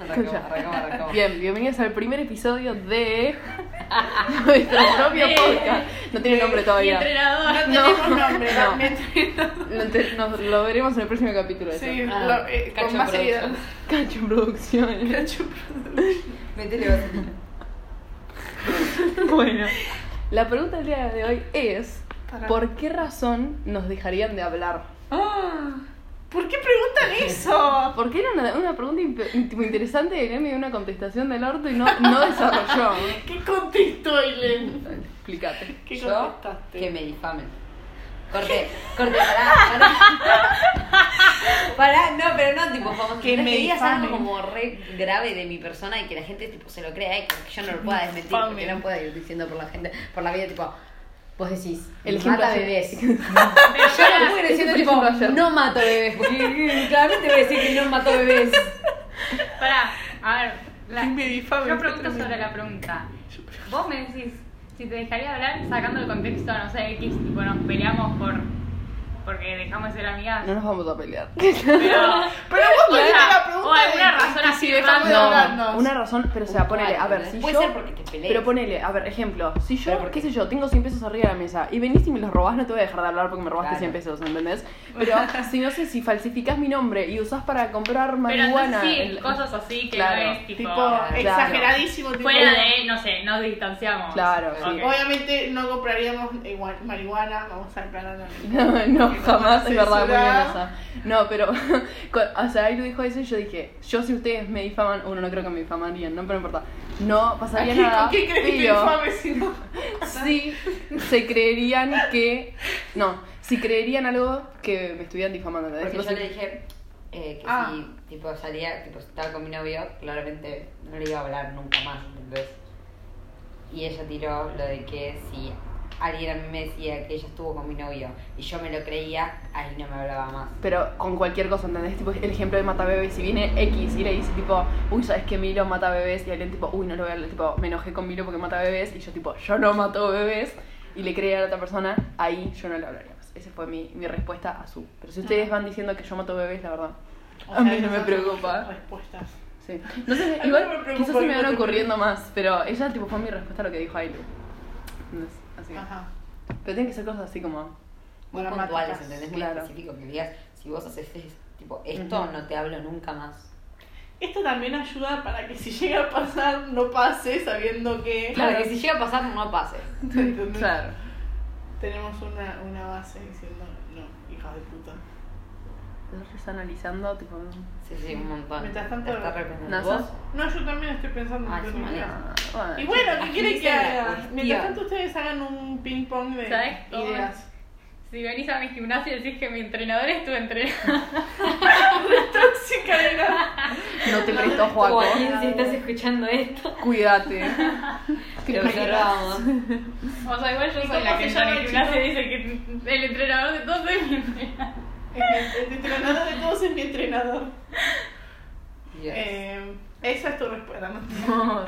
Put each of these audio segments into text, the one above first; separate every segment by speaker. Speaker 1: Arrancamos, arrancamos, arrancamos.
Speaker 2: Bien, bienvenidos al primer episodio de nuestro propio
Speaker 3: De-
Speaker 2: podcast. No tiene nombre todavía.
Speaker 3: Mi entrenador.
Speaker 2: No.
Speaker 1: No tenemos nombre,
Speaker 2: No.
Speaker 1: no. mi entrenador.
Speaker 2: Lo ente- Nos lo veremos en el próximo capítulo. de
Speaker 1: Sí,
Speaker 2: esto.
Speaker 3: Ah,
Speaker 1: lo- eh, con
Speaker 3: Cacho
Speaker 1: más seriedad.
Speaker 3: Productions.
Speaker 2: Cacho Producciones.
Speaker 1: Métele vaselina.
Speaker 2: Bueno, la pregunta del día de hoy es:
Speaker 1: Pará.
Speaker 2: ¿por qué razón nos dejarían de hablar?
Speaker 1: Ah, ¿Por qué preguntan eso?
Speaker 2: Porque era una, una pregunta imp- íntima interesante y Emi dio una contestación del orto y no, no desarrolló.
Speaker 3: ¿Qué contestó Helen?
Speaker 2: Explícate.
Speaker 3: ¿Qué
Speaker 4: Yo,
Speaker 3: contestaste?
Speaker 4: que me difamen. Corte, corte, pará, pará. Pará, no, pero no, tipo, como
Speaker 1: Ah, Que
Speaker 4: no es
Speaker 1: me
Speaker 4: que digas algo
Speaker 1: difamen.
Speaker 4: como re grave de mi persona y que la gente tipo se lo crea y como que yo no lo pueda desmentir, porque
Speaker 1: Difamen.
Speaker 4: no puedo ir diciendo por la gente, por la vida, tipo, vos decís,
Speaker 2: El
Speaker 4: el
Speaker 2: ejemplo
Speaker 4: mata
Speaker 2: ayer.
Speaker 4: bebés. yo
Speaker 2: Ese
Speaker 4: no
Speaker 2: fue
Speaker 4: puedo
Speaker 2: el
Speaker 4: ir diciendo tipo,
Speaker 2: ejemplo ayer.
Speaker 4: no mato bebés, porque claramente voy a decir que no mato bebés.
Speaker 3: Pará, a ver. La,
Speaker 1: Sí, me difame,
Speaker 3: yo
Speaker 1: fue
Speaker 3: pregunto
Speaker 1: tremendo.
Speaker 3: sobre la pregunta. Vos me decís, si te dejaría hablar sacando el contexto, no sé, X, tipo nos peleamos por. porque dejamos de ser amigas.
Speaker 2: No nos vamos a pelear.
Speaker 3: Pero.
Speaker 1: Pero vos
Speaker 3: O sea,
Speaker 1: ponés la pregunta.
Speaker 3: o alguna
Speaker 1: de-
Speaker 3: razón
Speaker 1: de
Speaker 3: así
Speaker 1: si dejamos de
Speaker 3: random.
Speaker 1: hablarnos.
Speaker 2: una razón, pero o sea, ponele, a ver, si
Speaker 4: Puede
Speaker 2: yo...
Speaker 4: ser porque te pelees.
Speaker 2: Pero ponele, a ver, ejemplo, si yo,
Speaker 4: Pero porque-
Speaker 2: qué sé yo, tengo 100 pesos arriba de la mesa y venís y me los robás, no te voy a dejar de hablar porque me robaste
Speaker 4: Claro.
Speaker 2: 100 pesos, ¿entendés? Pero si no sé, si falsificás mi nombre y usás para comprar
Speaker 3: Pero
Speaker 2: marihuana...
Speaker 3: entonces sí,
Speaker 2: el-
Speaker 3: cosas así que
Speaker 2: Claro,
Speaker 3: no es tipo.
Speaker 1: Tipo,
Speaker 2: Claro.
Speaker 1: exageradísimo. Tipo,
Speaker 3: Fuera de, no sé, nos distanciamos.
Speaker 2: Claro, sí.
Speaker 3: Ok.
Speaker 1: Obviamente no compraríamos igual- marihuana, vamos a aclarar.
Speaker 2: No, no, jamás, es verdad, muy bien
Speaker 1: censurada.
Speaker 2: esa. No, pero, con- o sea, él dijo eso y yo dije, yo si ustedes me difaman, uno no creo que me difamarían, no, pero no importa, no
Speaker 1: ¿A
Speaker 2: pasaría
Speaker 1: qué-
Speaker 2: nada.
Speaker 1: ¿Con qué crees que
Speaker 2: pero-
Speaker 1: infame si no?
Speaker 2: Sí, se creerían que. No, si creerían algo que me estuvieran difamando. ¿entendés?
Speaker 4: Porque yo
Speaker 2: Entonces,
Speaker 4: le dije eh, que
Speaker 1: Ah.
Speaker 4: si tipo, salía, tipo, si estaba con mi novio, claramente no le iba a hablar nunca más. Entonces. Y ella tiró lo de que si alguien a mí me decía que ella estuvo con mi novio y yo me lo creía, ahí no me hablaba más.
Speaker 2: Pero con cualquier cosa, ¿entendés? Tipo, el ejemplo de mata bebés. Si viene X y le dice, tipo, uy, ¿sabes que Milo mata bebés? Y alguien, tipo, uy, no lo voy a Tipo, me enojé con Milo porque mata bebés. Y yo, tipo, yo no mato bebés. Y le creía a la otra persona, ahí yo no le hablaría más. Esa fue mi, mi respuesta a su. Pero si ustedes
Speaker 1: Ah.
Speaker 2: van diciendo que yo mato bebés, la verdad.
Speaker 1: O
Speaker 2: a mí
Speaker 1: sea,
Speaker 2: no me
Speaker 1: nosotros
Speaker 2: preocupa.
Speaker 1: Respuestas.
Speaker 2: Sí. No sé,
Speaker 1: A mí no me
Speaker 2: igual
Speaker 1: preocupa,
Speaker 2: quizás se
Speaker 1: no
Speaker 2: me
Speaker 1: te
Speaker 2: van
Speaker 1: preocupes.
Speaker 2: ocurriendo más, pero ella tipo fue mi respuesta a lo que dijo Ailu. Entonces, así.
Speaker 1: Ajá.
Speaker 2: Pero tienen que ser cosas así como.
Speaker 4: Muy
Speaker 1: Dramáticas,
Speaker 4: puntuales, ¿entendés? Muy
Speaker 2: claro.
Speaker 4: específico que digas, si vos haces es- tipo, esto
Speaker 2: Ujú.
Speaker 4: no te hablo nunca más.
Speaker 1: Esto también ayuda para que si llega a pasar, no pase sabiendo que.
Speaker 4: Claro, que si llega a pasar, no pase.
Speaker 1: ¿Entendés?
Speaker 2: Claro.
Speaker 1: Tenemos una, una base diciendo, no, hija de puta.
Speaker 2: Entonces está analizando, tipo.
Speaker 4: Sí, sí, un montón.
Speaker 1: Mientras tanto-
Speaker 4: Te está repensando.
Speaker 2: ¿No
Speaker 4: ¿Vos?
Speaker 2: sos?
Speaker 1: No, yo también estoy pensando
Speaker 4: Ay,
Speaker 1: en
Speaker 4: sí,
Speaker 1: tu
Speaker 4: María.
Speaker 1: vida.
Speaker 2: ah, bueno.
Speaker 1: Y bueno, ¿qué quieren
Speaker 4: Agiliza
Speaker 1: que
Speaker 4: la
Speaker 1: haga?
Speaker 4: cuestión.
Speaker 1: Mientras tanto ustedes hagan un ping pong de
Speaker 3: ¿Sabes cómo?
Speaker 1: ideas.
Speaker 3: Si venís a mi gimnasia y decís que mi entrenador es tu entrenador.
Speaker 1: Tóxica era.
Speaker 2: No te prestó Juaco.
Speaker 4: Joaquín, si estás escuchando esto,
Speaker 2: Cuídate.
Speaker 4: te observamos.
Speaker 3: O sea, igual yo
Speaker 1: ¿Y
Speaker 3: soy la
Speaker 1: cómo
Speaker 3: que
Speaker 1: se
Speaker 3: en
Speaker 1: llama
Speaker 3: el
Speaker 1: el
Speaker 3: gimnasio
Speaker 1: chico?
Speaker 3: dice que el entrenador de todos es mi entrenador.
Speaker 1: El, el entrenador de todos es mi entrenador.
Speaker 4: Dios.
Speaker 1: Eh, esa es tu respuesta. ¿no?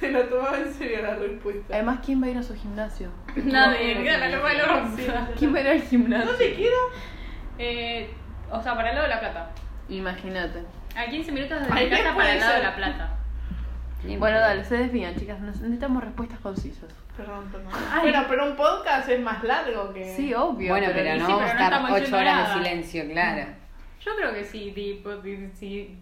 Speaker 2: No.
Speaker 1: Se la tomaba en serio la respuesta.
Speaker 2: Además, ¿quién va a ir a su gimnasio?
Speaker 3: Nadie, queda la loca del horno.
Speaker 1: Sí.
Speaker 2: ¿Quién va a ir al gimnasio?
Speaker 1: ¿Dónde queda?
Speaker 3: Eh, o sea, para el lado de la plata.
Speaker 2: Imagínate.
Speaker 3: A 15 minutos desde
Speaker 1: Ay,
Speaker 3: mi
Speaker 1: ¿qué
Speaker 3: casa para
Speaker 1: puede
Speaker 3: el lado de
Speaker 1: ser?
Speaker 3: la plata.
Speaker 2: Bueno, dale, se desvían, chicas. Nos- Necesitamos respuestas concisas.
Speaker 1: Perdón, perdón.
Speaker 3: Ay.
Speaker 1: Bueno, pero un podcast es más largo que.
Speaker 2: Sí, obvio.
Speaker 4: Bueno, pero,
Speaker 2: y
Speaker 4: no
Speaker 3: sí,
Speaker 4: vamos a
Speaker 3: pero no
Speaker 4: estar
Speaker 3: estamos
Speaker 4: ocho
Speaker 3: yendo
Speaker 4: horas
Speaker 3: nada.
Speaker 4: de silencio, claro.
Speaker 3: Yo creo que sí, tipo, di- si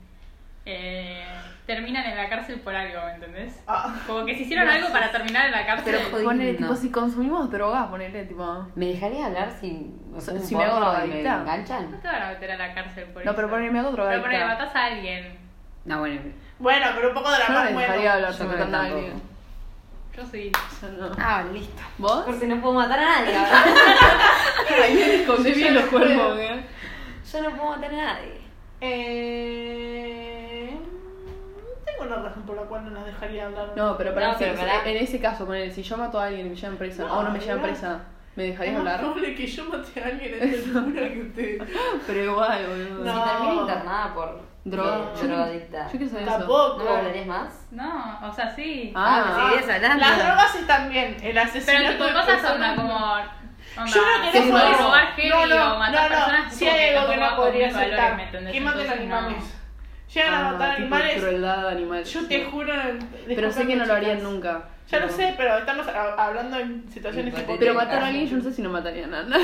Speaker 3: eh, terminan en la cárcel por algo, ¿me entendés?
Speaker 1: Ah.
Speaker 3: Como que si hicieron
Speaker 1: Gracias.
Speaker 3: algo para terminar en la cárcel.
Speaker 2: Pero
Speaker 4: Jodido.
Speaker 2: ponele, tipo, si consumimos drogas, ponele, tipo.
Speaker 4: ¿Me dejaría hablar si, o sea,
Speaker 2: Si
Speaker 4: un
Speaker 2: me hago
Speaker 4: porro y
Speaker 2: drogadicta.
Speaker 4: me
Speaker 3: no
Speaker 4: enganchan?
Speaker 3: te van a meter a la cárcel por
Speaker 2: No,
Speaker 3: eso.
Speaker 2: pero ponele, me hago
Speaker 3: Pero ponele,
Speaker 2: drogadicta.
Speaker 3: matás a alguien.
Speaker 4: No, bueno.
Speaker 1: Bueno, pero un poco de la
Speaker 2: Yo no
Speaker 1: más
Speaker 2: les dejaría hablar
Speaker 4: yo
Speaker 2: si me
Speaker 4: creo que
Speaker 2: matan a
Speaker 4: tampoco.
Speaker 2: alguien.
Speaker 3: Yo sí.
Speaker 2: Yo no.
Speaker 4: Ah, listo.
Speaker 2: ¿Vos?
Speaker 4: Porque no puedo matar a nadie. ahora.
Speaker 2: Escondí bien los cuerpos,
Speaker 4: yo no puedo matar a nadie.
Speaker 1: Eh, no tengo una razón por la cual no nos dejaría hablar.
Speaker 2: No, pero para
Speaker 4: No, pero pará.
Speaker 2: en ese caso, ponele, si yo mato a alguien y me llevan presa,
Speaker 1: No,
Speaker 2: o no me llevan
Speaker 1: mirá.
Speaker 2: presa, ¿me
Speaker 1: es
Speaker 2: dejarías
Speaker 1: más
Speaker 2: hablar?
Speaker 1: probable que yo mate a alguien en ternura que ustedes.
Speaker 2: Pero igual, boludo.
Speaker 1: No.
Speaker 4: Si termino internada por
Speaker 2: Droga.
Speaker 4: eh, drogadicta.
Speaker 2: Yo quiero saber eso.
Speaker 1: Tampoco.
Speaker 4: ¿No me hablarías más?
Speaker 3: No, o sea, sí.
Speaker 2: Ah,
Speaker 4: Ah, me seguirías hablando.
Speaker 1: Las drogas están bien. El asesinato.
Speaker 3: Pero tipo
Speaker 1: de
Speaker 3: cosas
Speaker 1: personas
Speaker 3: onda como. Onda,
Speaker 1: Yo no
Speaker 2: Sí,
Speaker 1: quiero
Speaker 2: no,
Speaker 1: eso.
Speaker 3: robar gente
Speaker 1: no, no,
Speaker 3: o matar
Speaker 1: no, no.
Speaker 3: personas.
Speaker 1: Si
Speaker 3: como
Speaker 1: hay algo que
Speaker 3: tampoco
Speaker 1: no
Speaker 3: va con
Speaker 1: podría
Speaker 3: mis valores, ¿me
Speaker 1: aceptar.
Speaker 3: entendés?
Speaker 1: Que maten
Speaker 3: Entonces, no.
Speaker 1: animales. Llegan a
Speaker 2: Ah,
Speaker 1: matar
Speaker 2: tipo
Speaker 1: animales.
Speaker 2: crueldad animal.
Speaker 1: Yo te juro.
Speaker 2: Pero sé que no lo harían
Speaker 1: nunca
Speaker 2: nunca.
Speaker 1: Ya lo
Speaker 2: No.
Speaker 1: sé, pero estamos a- hablando en situaciones
Speaker 4: Hipotéticas.
Speaker 2: Pero
Speaker 1: hipotéticas.
Speaker 2: matar a alguien, yo no sé si no mataría a nada.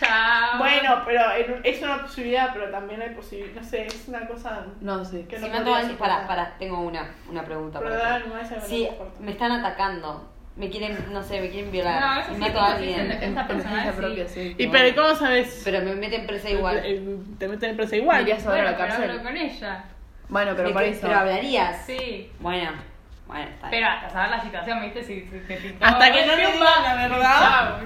Speaker 3: Chao.
Speaker 1: Bueno, pero en- es una posibilidad, pero también hay posibilidad. No sé, es una cosa.
Speaker 2: No sé.
Speaker 1: que
Speaker 4: si
Speaker 1: no
Speaker 4: mato a
Speaker 1: podría
Speaker 4: alguien, para,
Speaker 1: soportar.
Speaker 4: para, tengo una, una pregunta.
Speaker 1: Pero
Speaker 4: para
Speaker 1: dar
Speaker 4: ti.
Speaker 1: animales a la
Speaker 4: Si
Speaker 1: puerta.
Speaker 4: me están atacando, me quieren, no sé, me quieren
Speaker 3: No,
Speaker 4: violar
Speaker 3: eso
Speaker 4: y
Speaker 3: sí,
Speaker 4: mato
Speaker 3: tipo,
Speaker 4: a
Speaker 3: sí, se
Speaker 4: alguien,
Speaker 3: entiende. Esta persona
Speaker 2: Defensa
Speaker 3: sí.
Speaker 2: propia, sí.
Speaker 1: ¿Y pero cómo sabes?
Speaker 4: pero me meten presa
Speaker 1: Eh,
Speaker 4: igual.
Speaker 1: eh, Te meten en presa igual.
Speaker 2: Dirías-
Speaker 3: Bueno,
Speaker 2: a la
Speaker 3: pero
Speaker 2: cárcel.
Speaker 3: hablo con ella.
Speaker 2: Bueno, pero
Speaker 4: Me
Speaker 2: para
Speaker 4: que-
Speaker 2: eso.
Speaker 4: pero hablarías.
Speaker 3: Sí.
Speaker 4: Bueno, bueno, está bien.
Speaker 3: Pero hasta saber la situación, ¿viste? Si, si te pintó.
Speaker 1: Hasta que no le
Speaker 3: ¡Piumba!
Speaker 1: digan la verdad.
Speaker 3: Chao.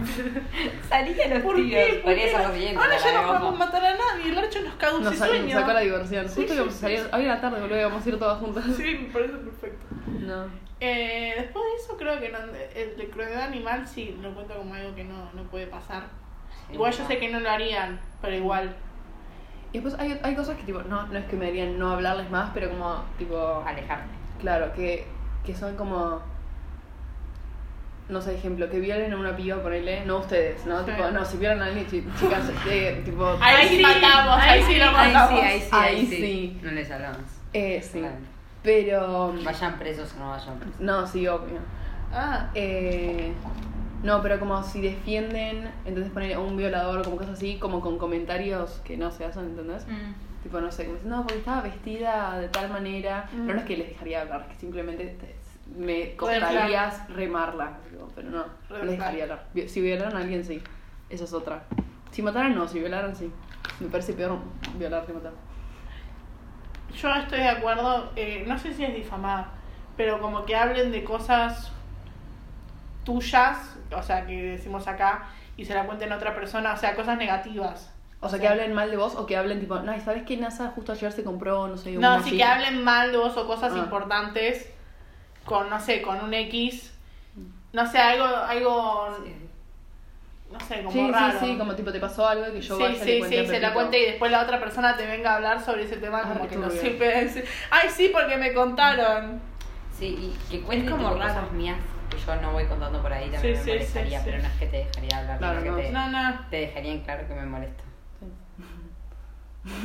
Speaker 4: Salí de los
Speaker 1: ¿Por
Speaker 4: tiros.
Speaker 1: qué? ¿Por
Speaker 4: Podría
Speaker 1: qué?
Speaker 4: ser lo siguiente,
Speaker 1: Ahora ya
Speaker 4: la
Speaker 1: no
Speaker 4: de
Speaker 1: podemos
Speaker 4: Gojo.
Speaker 1: matar a nadie. El archo nos causa
Speaker 2: Nos,
Speaker 1: y
Speaker 2: sa- nos
Speaker 1: sueño.
Speaker 2: sacó la diversión.
Speaker 1: Sí,
Speaker 2: Justo
Speaker 1: sí,
Speaker 2: que
Speaker 1: sí.
Speaker 2: salió- hoy a la tarde, boludo, íbamos a ir todas juntas.
Speaker 1: Sí, me parece perfecto.
Speaker 2: No.
Speaker 1: Eh, después de eso, creo que no, el de crueldad animal sí lo cuento como algo que no, no puede pasar. Igual yo sé que no lo harían, pero igual.
Speaker 2: Y después hay, hay cosas que, tipo, no, no es que me harían no hablarles más, pero como, tipo,
Speaker 4: Alejarte.
Speaker 2: claro, que, que son como, no sé, ejemplo, que violen a una piba, ponele, no ustedes, ¿no?
Speaker 1: Sí.
Speaker 2: Tipo, no, si violan a alguien, chi- chicas, eh, tipo,
Speaker 1: Ahí sí matamos, ahí sí lo matamos.
Speaker 2: Ahí sí.
Speaker 4: No les hablamos.
Speaker 2: eh, sí.
Speaker 4: Claro.
Speaker 2: Pero,
Speaker 4: Vayan presos o no vayan presos.
Speaker 2: no, sí, obvio.
Speaker 1: Ah,
Speaker 2: Eh, no, pero como si defienden, entonces ponen un violador, como cosas así, como con comentarios que no se hacen, ¿entendés?
Speaker 3: Mm.
Speaker 2: Tipo, no sé, como diciendo, no, porque estaba vestida de tal manera.
Speaker 1: Mm.
Speaker 2: Pero no es que les dejaría hablar, que simplemente te- me
Speaker 1: Red
Speaker 2: costaría remarla. digo, pero no,
Speaker 1: Red
Speaker 2: no les dejaría hablar. Vi- Si violaron a alguien, sí. Esa es otra. Si mataron, no. Si violaron, sí. Me parece peor violar que matar.
Speaker 1: yo estoy de acuerdo, eh, no sé si es difamar, pero como que hablen de cosas tuyas, o sea, que decimos acá, y se la cuenten a otra persona, o sea, cosas negativas.
Speaker 2: O sea, que hablen mal de vos o que hablen tipo, no, ¿y ¿sabes que NASA justo ayer se compró, no sé, un
Speaker 1: No, sí que hablen mal de vos o cosas
Speaker 2: Ah.
Speaker 1: importantes con, no sé, con un X.
Speaker 2: Mm.
Speaker 1: No sé, algo, algo, no sé, como
Speaker 2: Sí,
Speaker 1: raro.
Speaker 2: sí, sí, como tipo, te pasó algo que yo
Speaker 1: sí,
Speaker 2: vaya y le
Speaker 1: sí,
Speaker 2: cuente a
Speaker 1: sí, se la
Speaker 2: Pepito.
Speaker 1: cuenta y después la otra persona te venga a hablar sobre ese tema,
Speaker 2: Ah,
Speaker 1: como
Speaker 2: re
Speaker 1: que no
Speaker 2: turbio.
Speaker 1: siempre dice, ay, sí, porque me contaron.
Speaker 4: Sí, y que cuenten
Speaker 1: Es como
Speaker 4: como
Speaker 1: raro.
Speaker 4: cosas mías que yo no voy contando por ahí también
Speaker 1: Sí, sí,
Speaker 4: me molestaría,
Speaker 1: sí, sí.
Speaker 4: pero no es que te dejaría hablar,
Speaker 2: Claro,
Speaker 4: sino
Speaker 2: no.
Speaker 4: que te,
Speaker 1: No, no.
Speaker 4: te dejaría en claro que me molesto.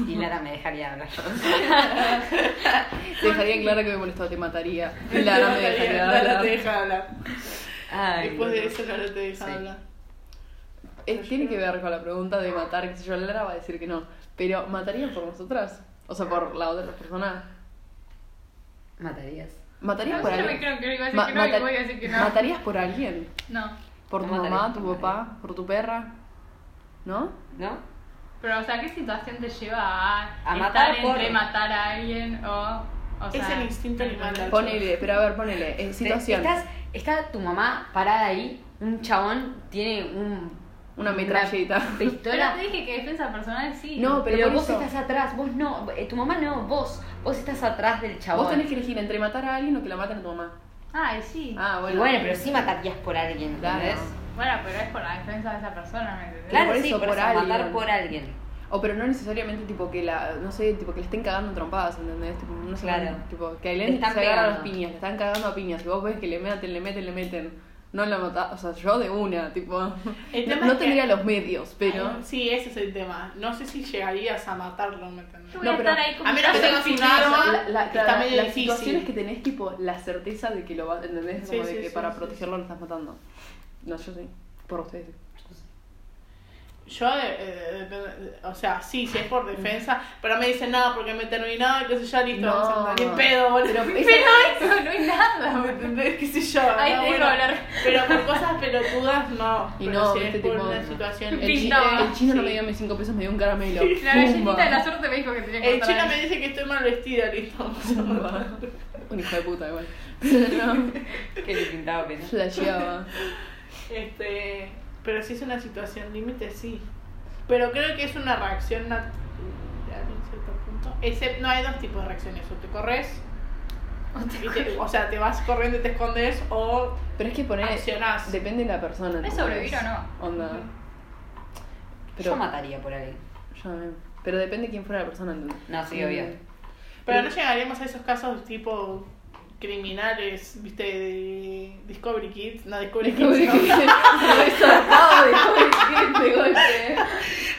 Speaker 4: Y Lara me dejaría hablar.
Speaker 2: Te dejaría en claro que me molestó, te mataría. Claro, me dejaría
Speaker 1: Lara
Speaker 2: hablar.
Speaker 1: te deja hablar.
Speaker 4: Ay,
Speaker 1: Después de
Speaker 4: boludo.
Speaker 1: eso, Lara te deja
Speaker 4: Sí.
Speaker 1: hablar.
Speaker 2: Es- Eh, tiene que ver con la pregunta de matar, qué sé yo, Lara va a decir que no. Pero ¿matarían por nosotras? O sea, por la otra persona.
Speaker 4: ¿Matarías?
Speaker 2: ¿Matarías
Speaker 3: No,
Speaker 2: por
Speaker 3: yo me
Speaker 2: alguien?
Speaker 3: creo que iba a decir
Speaker 2: Ma-
Speaker 3: que no y
Speaker 2: matar-
Speaker 3: voy a decir que no.
Speaker 2: ¿Matarías por alguien?
Speaker 3: No.
Speaker 2: ¿Por tu
Speaker 4: No mataría,
Speaker 2: mamá, tu
Speaker 4: no mataría.
Speaker 2: papá, por tu perra? ¿No?
Speaker 4: ¿No?
Speaker 3: Pero, o sea, ¿qué situación te lleva a,
Speaker 4: A
Speaker 3: estar
Speaker 4: matar por-
Speaker 3: entre matar a alguien o. o
Speaker 1: Es
Speaker 3: sea,
Speaker 1: el instinto animal.
Speaker 3: ¿entendés?
Speaker 2: Ponele, pero a ver, ponele, en situación.
Speaker 4: Te- Estás, está tu mamá parada ahí, un chabón tiene un...
Speaker 2: Una metralleta.
Speaker 3: Pero
Speaker 4: pistola.
Speaker 3: te dije que defensa personal sí.
Speaker 2: No,
Speaker 4: Pero,
Speaker 2: pero, por
Speaker 4: vos
Speaker 2: eso,
Speaker 4: estás atrás, vos no, eh, tu mamá no, vos, vos estás atrás del chabón.
Speaker 2: Vos tenés que elegir entre matar a alguien o que la maten a tu mamá.
Speaker 3: Ay, sí.
Speaker 2: Ah,
Speaker 4: Y
Speaker 2: bueno.
Speaker 4: bueno, pero sí matarías por alguien,
Speaker 2: Claro.
Speaker 4: ¿entendés?
Speaker 3: Bueno, pero es por la defensa de esa persona, ¿me entendés?
Speaker 4: Claro,
Speaker 2: por
Speaker 4: sí,
Speaker 2: eso,
Speaker 4: por
Speaker 2: por
Speaker 4: eso, matar
Speaker 2: alguien.
Speaker 4: por alguien.
Speaker 2: O pero no necesariamente tipo que la, no sé, tipo que le estén cagando trompadas, ¿entendés? Tipo, no sé,
Speaker 4: Claro.
Speaker 2: tipo que a
Speaker 4: Le
Speaker 2: Elen se
Speaker 4: están
Speaker 2: agarran las
Speaker 4: pegando.
Speaker 2: piñas, le están cagando a piñas, y vos ves que le meten, le meten, le meten. No la matás, o sea, yo de una, tipo.
Speaker 1: El
Speaker 2: No,
Speaker 1: tema
Speaker 2: no
Speaker 1: es que-
Speaker 2: tendría los medios, pero.
Speaker 1: Ay, Sí, ese es el tema. No sé si llegarías a matarlo, ¿me
Speaker 3: Yo
Speaker 1: entendés?
Speaker 3: voy a
Speaker 2: No, pero-
Speaker 3: estar ahí como
Speaker 1: a menos que
Speaker 3: yo
Speaker 1: tengas un
Speaker 3: soy-
Speaker 1: arma.
Speaker 2: La, la, la-
Speaker 1: Está
Speaker 2: la-
Speaker 1: medio
Speaker 2: la
Speaker 1: difícil.
Speaker 2: situación es que tenés tipo la certeza de que lo vas, ¿entendés?
Speaker 1: Sí,
Speaker 2: Como de
Speaker 1: sí,
Speaker 2: que
Speaker 1: sí,
Speaker 2: para
Speaker 1: sí,
Speaker 2: protegerlo lo estás matando. No, yo sí. Por ustedes. sí.
Speaker 1: Yo, eh, eh, depende- o sea, sí, si es por defensa, pero me dicen, no, porque me terminó y qué sé yo, listo,
Speaker 2: No.
Speaker 1: vamos a andar. Ni en pedo, boludo.
Speaker 2: Pero esa-
Speaker 3: Pero eso no es nada, ¿me entendés?
Speaker 1: ¿Entendés? ¿Qué sé yo? Ah,
Speaker 3: Ahí te dejo hablar.
Speaker 1: Pero por cosas pelotudas, no.
Speaker 2: Y
Speaker 1: Pero
Speaker 2: no,
Speaker 1: si es
Speaker 2: viste,
Speaker 1: por
Speaker 2: tipo,
Speaker 1: una
Speaker 2: no.
Speaker 1: situación.
Speaker 2: el, chi-
Speaker 3: Pintaba.
Speaker 2: el chino no
Speaker 1: Sí.
Speaker 2: me dio mis 5 pesos, me dio un caramelo.
Speaker 3: La galletita
Speaker 2: Pumba.
Speaker 3: de la suerte me dijo que tenía que
Speaker 1: El
Speaker 3: matar a
Speaker 1: chino me
Speaker 3: alguien.
Speaker 1: dice que estoy mal vestida, listo. vamos a matar.
Speaker 2: Un hijo de puta, igual. Pero no,
Speaker 4: Que le pintaba pena.
Speaker 2: flasheaba.
Speaker 1: Este, pero si es una situación límite, sí. Pero creo que es una reacción natural en cierto punto. Except- no hay dos tipos de reacciones, o te corres, y te- o sea, te vas corriendo y te escondes, o
Speaker 2: Pero es que
Speaker 1: Eh,
Speaker 2: poner.
Speaker 4: Ah,
Speaker 1: accionás.
Speaker 2: Depende de la persona.
Speaker 3: ¿Es
Speaker 2: ¿entendés?
Speaker 3: sobrevivir o no?
Speaker 2: Onda.
Speaker 4: Yo mataría por alguien.
Speaker 2: yo también. pero depende de quién fuera la persona. ¿entendés?
Speaker 4: No, Ah, sí,
Speaker 2: Mm.
Speaker 4: obvio.
Speaker 1: Pero no llegaríamos a esos casos tipo criminales, viste, de Discovery Kids, no Discovery Kids,
Speaker 2: Descubrí que
Speaker 1: no.
Speaker 2: me he soltado, descubrí que de golpe.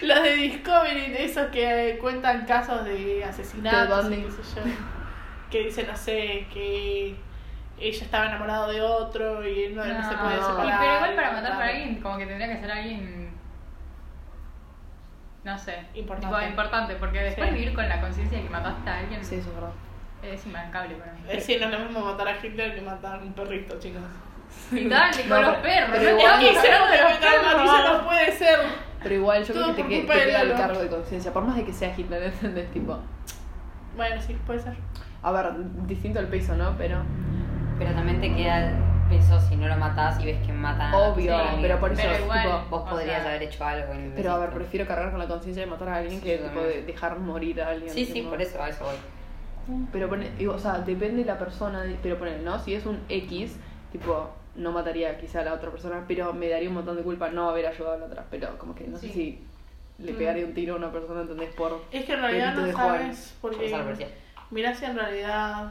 Speaker 1: Los de Discovery, de esos que eh, cuentan casos de asesinatos,
Speaker 2: Ted
Speaker 1: y
Speaker 2: Bundy.
Speaker 1: qué sé yo, que dicen, no sé, que ella estaba enamorada de otro y no, no se puede
Speaker 2: No.
Speaker 1: separar.
Speaker 2: para-
Speaker 3: Y pero igual para
Speaker 1: y
Speaker 3: matar
Speaker 1: bla,
Speaker 3: a
Speaker 1: bla.
Speaker 3: alguien, como que tendría que ser alguien. No sé.
Speaker 1: Importante.
Speaker 3: Tipo, importante, porque después
Speaker 1: Sí.
Speaker 3: vivir con la conciencia de que mataste a alguien
Speaker 2: Sí, eso es verdad.
Speaker 3: es imbancable para mí.
Speaker 1: Eh, sí, no es lo mismo matar a Hitler que matar a un perrito, chicos.
Speaker 3: Y dale,
Speaker 2: No,
Speaker 3: con los
Speaker 2: pero- pero
Speaker 3: perros. no te
Speaker 2: igual-
Speaker 3: vamos a
Speaker 1: Y se
Speaker 3: hablar
Speaker 1: lo
Speaker 3: de los perros.
Speaker 1: no puede ser.
Speaker 2: Pero igual yo
Speaker 1: Todo
Speaker 2: creo que te,
Speaker 1: por
Speaker 2: que-
Speaker 1: culpa
Speaker 2: te
Speaker 1: del
Speaker 2: queda el
Speaker 1: otro.
Speaker 2: cargo de conciencia, por más de que sea Hitler, ¿entendés? Tipo,
Speaker 1: Bueno, sí, puede ser.
Speaker 2: a ver, distinto el peso, ¿no? Pero
Speaker 4: Pero también te queda el peso si no lo matás y ves que matan a la
Speaker 2: obvio,
Speaker 4: persona que-
Speaker 2: pero por eso,
Speaker 3: Pero igual-
Speaker 2: tipo,
Speaker 4: Vos
Speaker 3: O
Speaker 4: podrías
Speaker 3: sea-
Speaker 4: haber hecho algo. y no lo
Speaker 2: Pero a ver,
Speaker 4: hiciste.
Speaker 2: prefiero cargar con la conciencia de matar a alguien
Speaker 4: Sí,
Speaker 2: que
Speaker 4: yo
Speaker 2: tipo,
Speaker 4: también.
Speaker 2: de dejar morir a alguien.
Speaker 4: Sí, sí,
Speaker 2: tipo.
Speaker 4: por eso, a eso voy.
Speaker 2: Pero pone, digo, o sea, depende de la persona, de- pero poner, ¿no? Si es un X, tipo, no mataría quizá a la otra persona, pero me daría un montón de culpa no haber ayudado a la otra. Pero como que no sé
Speaker 3: Sí.
Speaker 2: si le pegaría un tiro a una persona, ¿entendés? Por.
Speaker 1: Es que en realidad
Speaker 2: Perrito de
Speaker 1: no
Speaker 2: joven.
Speaker 1: sabes,
Speaker 4: Vamos a la
Speaker 1: porque
Speaker 4: policía.
Speaker 1: mirá si en realidad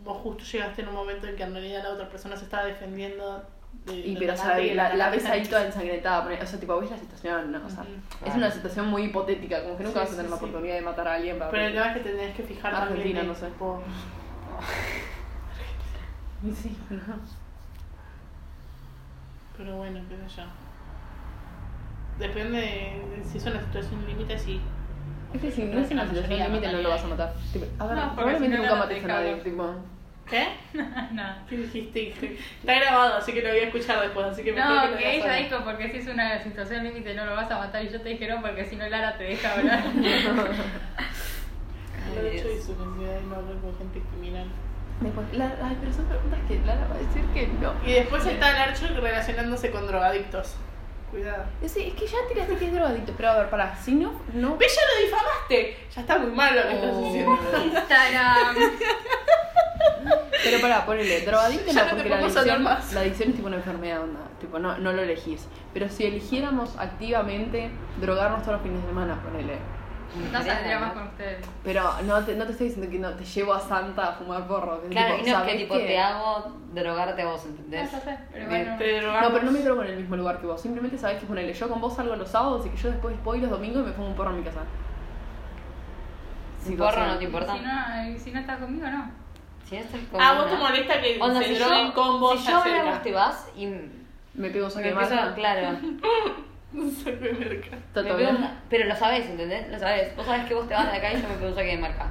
Speaker 1: vos justo llegaste en un momento en que en realidad la otra persona se estaba defendiendo. De,
Speaker 2: Y
Speaker 1: del
Speaker 2: pero, o sea,
Speaker 1: ataque y
Speaker 2: la,
Speaker 1: el
Speaker 2: la
Speaker 1: ataque
Speaker 2: ves ahí
Speaker 1: está-
Speaker 2: toda ensangrentada. poné, o sea, tipo, ves la situación, ¿no? O sea,
Speaker 1: Ujú.
Speaker 2: es
Speaker 4: Claro.
Speaker 2: una situación muy hipotética, como que nunca
Speaker 1: Sí,
Speaker 2: vas a tener
Speaker 1: sí,
Speaker 2: la
Speaker 1: sí.
Speaker 2: oportunidad de matar a alguien para.
Speaker 1: Pero el tema es que te tenés que fijar
Speaker 2: Argentina,
Speaker 1: también.
Speaker 2: no sé.
Speaker 1: tipo,
Speaker 2: Y Sí, no.
Speaker 1: Pero bueno, qué sé yo. Depende de, de si es una situación límite, sí.
Speaker 2: Es que si no es una
Speaker 3: La
Speaker 2: situación
Speaker 3: mayoría
Speaker 2: límite no lo vas a matar. Tipo, a ver, probablemente
Speaker 3: si no,
Speaker 2: nunca
Speaker 3: no
Speaker 2: mates a
Speaker 3: te
Speaker 2: nadie.
Speaker 3: cago.
Speaker 2: Tipo,
Speaker 1: ¿Qué?
Speaker 3: No.
Speaker 1: ¿Qué dijiste? Está grabado, así que lo voy a escuchar después, así que mejor
Speaker 3: No,
Speaker 1: lo
Speaker 3: que
Speaker 1: digas
Speaker 3: ella
Speaker 1: ahora.
Speaker 3: dijo porque si es una situación límite no lo vas a matar y yo te dijeron porque si no Lara te deja hablar.
Speaker 1: Lo hecho y su necesidad de no hablar con gente criminal.
Speaker 2: Después, la, ay, pero son preguntas que Lara va a decir que no.
Speaker 1: Y después está Larcho relacionándose con drogadictos. Cuidado.
Speaker 2: Es, es que ya tiraste que es drogadicto, pero a ver, pará, si no, no.
Speaker 1: ¡Ve, ya lo difamaste! Ya está muy mal lo que estás
Speaker 2: Oh.
Speaker 1: haciendo.
Speaker 3: Instagram.
Speaker 2: Pero pará, ponele, drogadicto
Speaker 1: Ya
Speaker 2: no,
Speaker 1: no te
Speaker 2: porque la
Speaker 1: podemos
Speaker 2: adicción,
Speaker 1: hablar más.
Speaker 2: la adicción es tipo una enfermedad, onda, tipo, no, no lo elegís. Pero si eligiéramos activamente drogarnos todos los fines de semana, ponele.
Speaker 3: No saldría más con ustedes.
Speaker 2: Pero no te, no te estoy diciendo que no te llevo a Santa a fumar porro. que
Speaker 4: Claro, y no es que
Speaker 2: ¿sabés
Speaker 4: tipo
Speaker 2: qué?
Speaker 4: te hago drogarte a vos,
Speaker 3: No,
Speaker 4: ¿entendés?
Speaker 3: ya sé, pero
Speaker 4: Bien.
Speaker 3: bueno.
Speaker 1: Te drogamos.
Speaker 2: No, pero no me drogo en el mismo lugar que vos. Simplemente sabés que ponele, yo con vos salgo los sábados y que yo después voy los domingos y me fumo un porro en mi casa.
Speaker 4: Si porro no te
Speaker 2: Situación.
Speaker 4: importa.
Speaker 3: Si no, y si no estás conmigo, no.
Speaker 4: Si no estás
Speaker 1: Ah,
Speaker 4: conmigo,
Speaker 1: vos te
Speaker 4: no.
Speaker 1: molesta que
Speaker 4: Onda,
Speaker 1: se
Speaker 4: si
Speaker 1: droguen
Speaker 4: yo,
Speaker 1: con vos
Speaker 4: si yo ahora
Speaker 1: acerca.
Speaker 4: vos te vas y me
Speaker 2: Me pego un saque de
Speaker 4: empiezo,
Speaker 2: mano.
Speaker 4: claro,
Speaker 1: Soy de merca.
Speaker 2: Está
Speaker 4: me pego
Speaker 2: todo bien.
Speaker 4: un- pero lo sabés, ¿entendés? Lo sabés. Vos sabés que vos te vas de acá y yo me pego un saque de marca.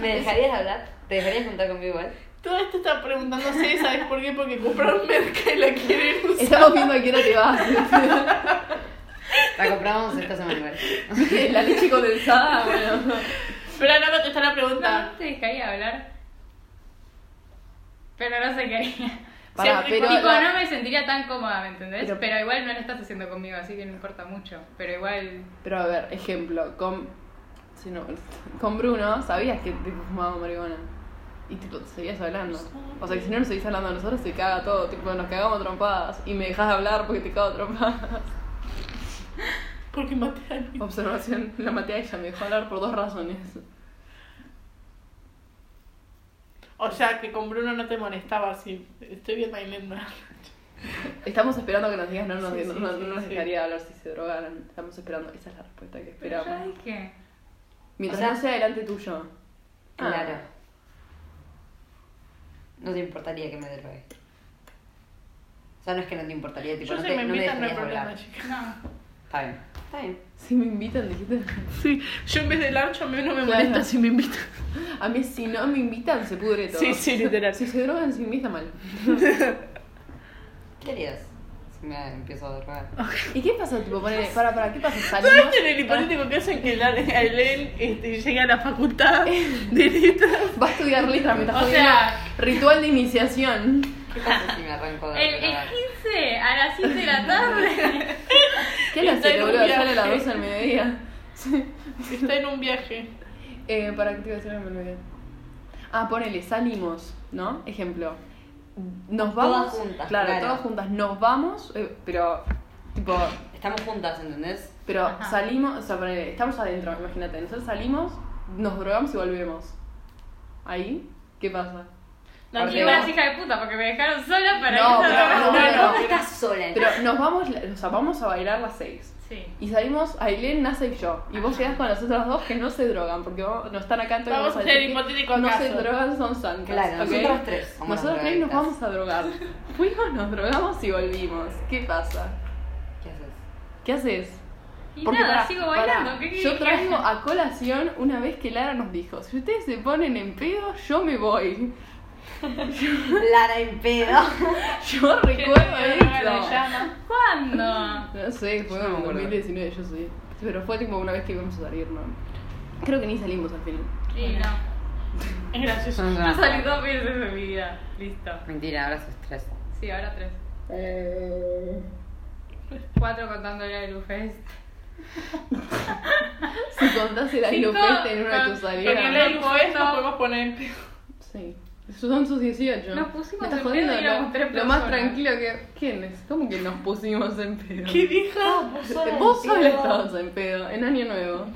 Speaker 4: ¿Me dejarías hablar? ¿Te dejarías juntar conmigo igual?
Speaker 1: Todo esto está preguntándose, ¿sabes por qué? Porque compraron merca y la quieren usar.
Speaker 2: Estamos viendo a qué hora te vas.
Speaker 4: La compramos esta semana igual.
Speaker 2: ¿Viste? La leche condensada, bueno.
Speaker 1: Pero no contestar la
Speaker 3: No,
Speaker 1: pregunta.
Speaker 3: te dejaría hablar. Pero no sé qué haría.
Speaker 2: Pará,
Speaker 1: Siempre
Speaker 2: pero,
Speaker 1: con-
Speaker 3: Tipo,
Speaker 2: la-
Speaker 3: no me sentiría tan cómoda, ¿me entendés?
Speaker 2: Pero-
Speaker 3: Pero, igual no lo estás haciendo conmigo, así que no importa mucho. Pero igual.
Speaker 2: pero a ver, ejemplo, con, si no, con Bruno, sabías que tipo fumaba marihuana. Y tipo, te seguías hablando. O sea, que si no nos seguís hablando a nosotros, se caga todo. Tipo, nos cagamos a trompadas. Y me dejas hablar porque te cago a trompadas.
Speaker 1: Porque maté a alguien.
Speaker 2: Observación, la maté a ella, me dejó hablar por dos razones.
Speaker 1: O sea, que con Bruno no te molestaba, sí. Estoy viendo ahí en la-
Speaker 2: Estamos esperando que nos digas, no, nos-
Speaker 1: Sí, sí,
Speaker 2: no, no
Speaker 1: sí,
Speaker 2: nos
Speaker 1: sí.
Speaker 2: dejaría hablar si se drogaran. Estamos esperando, esa es la respuesta que
Speaker 3: Pero
Speaker 2: esperamos.
Speaker 3: ya dije.
Speaker 2: Mientras
Speaker 4: O sea-
Speaker 2: no sea delante tuyo. Ah.
Speaker 4: Claro. No te importaría que me drogue. O sea, no es que no te importaría, tipo,
Speaker 1: Yo
Speaker 4: no,
Speaker 1: si
Speaker 4: te,
Speaker 1: me
Speaker 4: no me
Speaker 1: invitan no hay
Speaker 4: dejarías
Speaker 1: problema,
Speaker 4: hablar.
Speaker 1: chicas.
Speaker 3: No.
Speaker 4: Está bien. Está bien.
Speaker 2: Si me invitan, dijiste.
Speaker 1: Sí, yo en vez del archo a mí no me
Speaker 2: Claro.
Speaker 1: molesta si me invitan.
Speaker 2: A mí, si no me invitan, se pudre todo.
Speaker 1: Sí, sí, literal.
Speaker 2: Si se drogan, sin mí está mal.
Speaker 4: ¿Qué harías si me empiezo a drogar?
Speaker 2: ¿Y qué pasa, tipo, ponele, para, para, qué pasa?
Speaker 1: ¿Sabes
Speaker 2: Salimos.
Speaker 1: que en
Speaker 4: Ah.
Speaker 1: el hipotético caso en que la- Elen este, llegue a la facultad de letras?
Speaker 2: Va a estudiar letras mientras
Speaker 3: O
Speaker 2: está haciendo
Speaker 3: sea-
Speaker 2: ritual de iniciación.
Speaker 4: ¿Qué pasa si me arranco de
Speaker 3: El, el
Speaker 4: drogar?
Speaker 3: 15 a las 7 de la tarde.
Speaker 2: ¿Qué le
Speaker 1: Está
Speaker 2: hace,
Speaker 1: en un
Speaker 2: boludo? Sale a
Speaker 1: viaje.
Speaker 2: las 12 del mediodía.
Speaker 1: Está en un viaje.
Speaker 2: Eh, para que te iba a decir me olvidé. Ah, ponele, salimos, ¿no? Ejemplo. Nos
Speaker 4: Todas
Speaker 2: vamos.
Speaker 4: juntas,
Speaker 2: Claro,
Speaker 4: claro.
Speaker 2: todas juntas. Nos vamos, eh, pero. Tipo,
Speaker 4: Estamos juntas, ¿entendés?
Speaker 2: pero
Speaker 3: Ajá.
Speaker 2: salimos, o sea, ponele, estamos adentro, imagínate. Nosotros salimos, nos drogamos y volvemos. Ahí, ¿qué pasa?
Speaker 1: No,
Speaker 4: Porque
Speaker 3: Y
Speaker 1: ni
Speaker 3: una
Speaker 1: una
Speaker 4: vos-
Speaker 3: hija de puta, porque me dejaron sola para
Speaker 4: No,
Speaker 3: irse a
Speaker 4: pero
Speaker 3: tomar
Speaker 4: no,
Speaker 1: no,
Speaker 3: un
Speaker 1: no.
Speaker 4: no, estás sola.
Speaker 2: Pero nos vamos, o sea, vamos a bailar las seis.
Speaker 3: Sí.
Speaker 2: Y salimos Ailén, Nasa y yo. Y vos quedás con las otras dos que no se drogan, porque vamos- no están acá, entonces
Speaker 1: Vamos a hacer
Speaker 2: decir que
Speaker 1: hipotético
Speaker 2: No se
Speaker 1: caso.
Speaker 2: drogan, son santas.
Speaker 4: Claro,
Speaker 2: ¿ok?
Speaker 4: nosotras tres somos
Speaker 2: Nosotras
Speaker 4: las
Speaker 2: tres nos
Speaker 4: drogadictas.
Speaker 2: vamos a drogar. Fuimos, nos drogamos y volvimos. ¿Qué pasa?
Speaker 4: ¿Qué haces?
Speaker 2: ¿Qué haces?
Speaker 3: Y
Speaker 2: Porque,
Speaker 3: nada,
Speaker 2: pará,
Speaker 3: sigo
Speaker 2: pará,
Speaker 3: bailando. ¿Qué querés
Speaker 2: yo
Speaker 3: que
Speaker 2: traigo
Speaker 3: haga?
Speaker 2: a colación una vez que Lara nos dijo, si ustedes se ponen en pedo, yo me voy.
Speaker 4: Lara en pedo.
Speaker 2: Yo
Speaker 1: Que
Speaker 2: recuerdo
Speaker 1: tenía una gana de
Speaker 2: eso.
Speaker 1: llama.
Speaker 3: ¿Cuándo?
Speaker 2: No sé, fue
Speaker 4: Yo no me
Speaker 2: en
Speaker 4: acuerdo.
Speaker 2: 2019, yo sé. Pero fue tipo una vez que íbamos a salir, ¿no? Creo que ni salimos al final.
Speaker 3: Y no.
Speaker 1: Es gracioso.
Speaker 3: Yo salí dos veces en mi vida. Listo.
Speaker 4: Mentira, ahora sos tres.
Speaker 3: Sí, ahora tres. Eh. Cuatro contándole a Lufest.
Speaker 2: Si contás el
Speaker 3: Cinco,
Speaker 2: Ailopeste en una de tus
Speaker 3: con-
Speaker 1: Porque
Speaker 3: Bien.
Speaker 1: en
Speaker 2: salidas.
Speaker 1: el juez nos podemos poner en pedo.
Speaker 2: Sí. Son sus 18.
Speaker 3: Nos pusimos
Speaker 2: Me estás
Speaker 3: en pedo y
Speaker 2: jodiendo,
Speaker 3: éramos
Speaker 2: lo-
Speaker 3: tres
Speaker 2: Lo más
Speaker 3: personas.
Speaker 2: tranquilo que. ¿Quién es? ¿Cómo que nos pusimos en pedo?
Speaker 1: ¿Qué dijo?
Speaker 2: Ah, Vos sola estabas en pedo, en año nuevo.